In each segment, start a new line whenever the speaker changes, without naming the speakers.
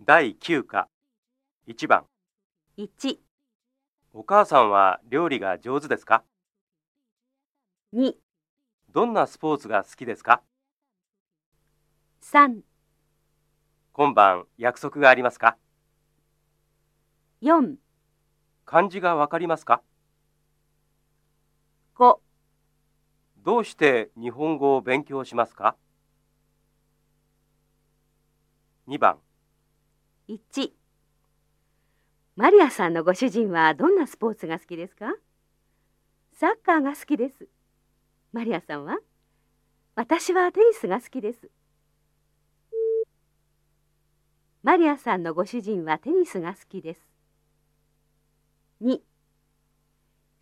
第9課1番
1、
お母さんは料理が上手ですか
2、
どんなスポーツが好きですか
3、
今晩約束がありますか
4、
漢字がわかりますか
5、
どうして日本語を勉強しますか2番
1。マリアさんのご主人はどんなスポーツが好きですかサッカーが好きです。マリアさんは私はテニスが好きです。マリアさんのご主人はテニスが好きです。2.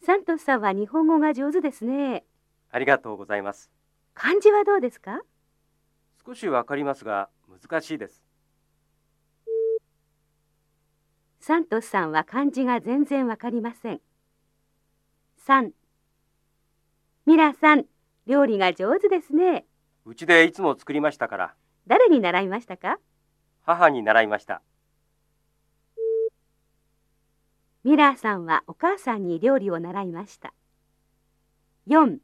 サントスさんは日本語が上手ですね。
ありがとうございます
漢字はどうですか
少しわかりますが難しいです
サントスさんは漢字が全然わかりません。三、ミラさん、料理が上手ですね。
うちでいつも作りましたから
誰に習いましたか
母に習いました
ミラーさんはお母さんに料理を習いました。四、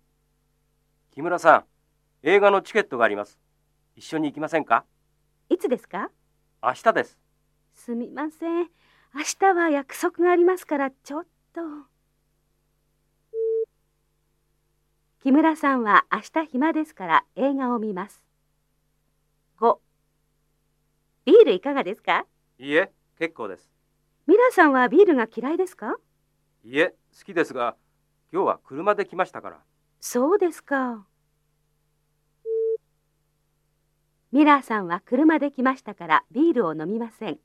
木村さん映画のチケットがあります一緒に行きませんか
いつですか
明日です
すみません。明日は約束がありますから、ちょっと。木村さんは明日暇ですから映画を見ます。5. ビールいかがですか
いいえ結構です
ミラさんはビールが嫌いですか
いいえ好きですが今日は車で来ましたから
そうですか。ミラーさんは車で来ましたからビールを飲みません。